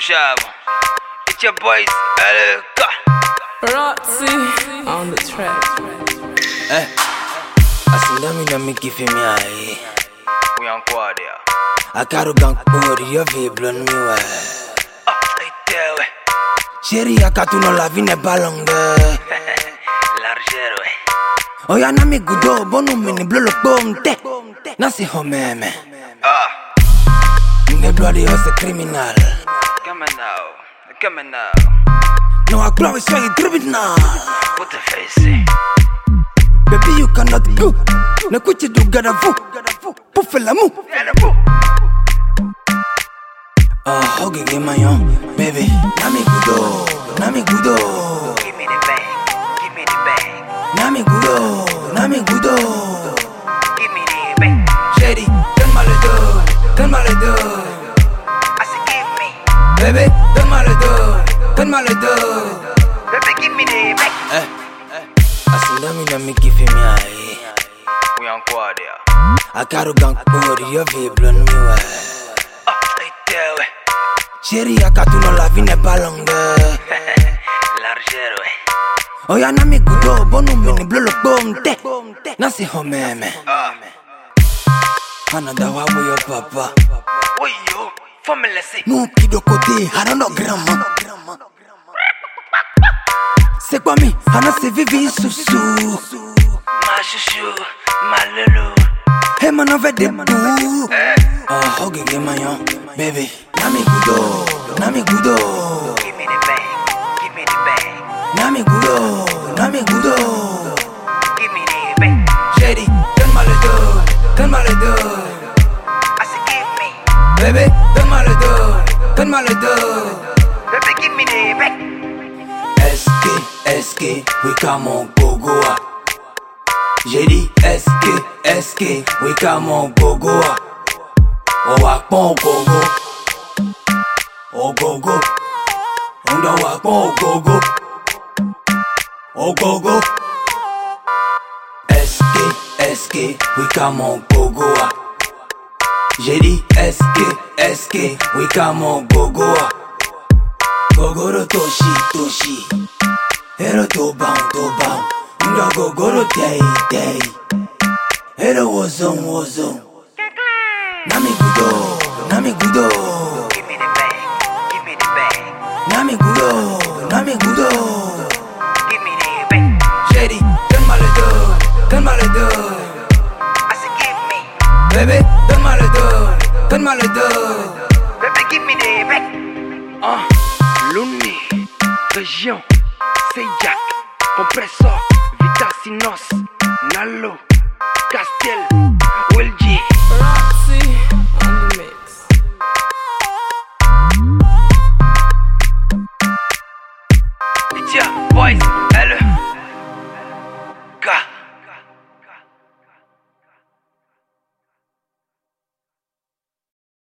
Java. It's your boys, LK. Rotzi on the track. asindamina mikifimyai We on quad here. akarugankporiyo viblonmiwe Ah, I tell you. sheri akatuno lavine balongde Largero, eh. oyana migudo bonumini blolokpomte nasihomeme Ah, ngeblwaliyose criminal coming now. Coming now. noaklawiswei tribunal Put the face in. baby you cannot go nekucidugadavu pufelamu Oh, ogigimayo baby namigudo namigudo Give me the bang. Give me the bang. namigudo namigudo Give me the bang. Shady, donne-moi le dos, donne-moi le dos. I said, give me. Bébé, donne-moi le dos, donne-moi le dos. Baby, give me the bang. Asindamina mikifimiai, We on quad here. akarugan kpori yo viblon miwe. Ah, I tell you. Chérie, akatuno la vie n'est pas longue. Largero, eh. Oya na migudo, bonu mini blolo bomte, nasi homeme. Ah, Canada wabu yo papa, we you. Family, see. nukido kote harano grama. C'est quoi mi, hana se vivi susu. My shoo, my lulu. Hey man, over the boo. Oh, hogi gemayo, baby. Nami gudo, nami gudo, Give me the bang. Give me the bang. nami gudo, nami gudo. Give me the bang. Shady, donne-moi le dos, donne-moi le dos. I said, give me. Baby, donne-moi le dos, donne-moi le dos. Baby, give me the bang. SK, SK, we come on Bogoa. J'ai dit SK, SK, we come on Bogoa. On va pon gogo. Oh gogo. On doit wa pon gogo. Oh gogo. SK, SK, we come on Bogoa. J'ai dit SK, SK, we come on Bogoa. Gogoro toshi toshi Ero to bang to bang Ndo gogoro tei tei Ero wozon wozon Nami gudo Nami gudo Give me the bang. Give me the bang. Nami gudo Nami gudo Give me the bang. Shady Donne-moi le dos Donne-moi le dos I said, give me. Bébé Donne-moi le dos Donne-moi le dos Baby, give me the bang. Ah, Luni, Région, Seyac, Compressor, Vitacinos, Nalo, Castel, Wilgie. Rotzi on the mix. It's your boys,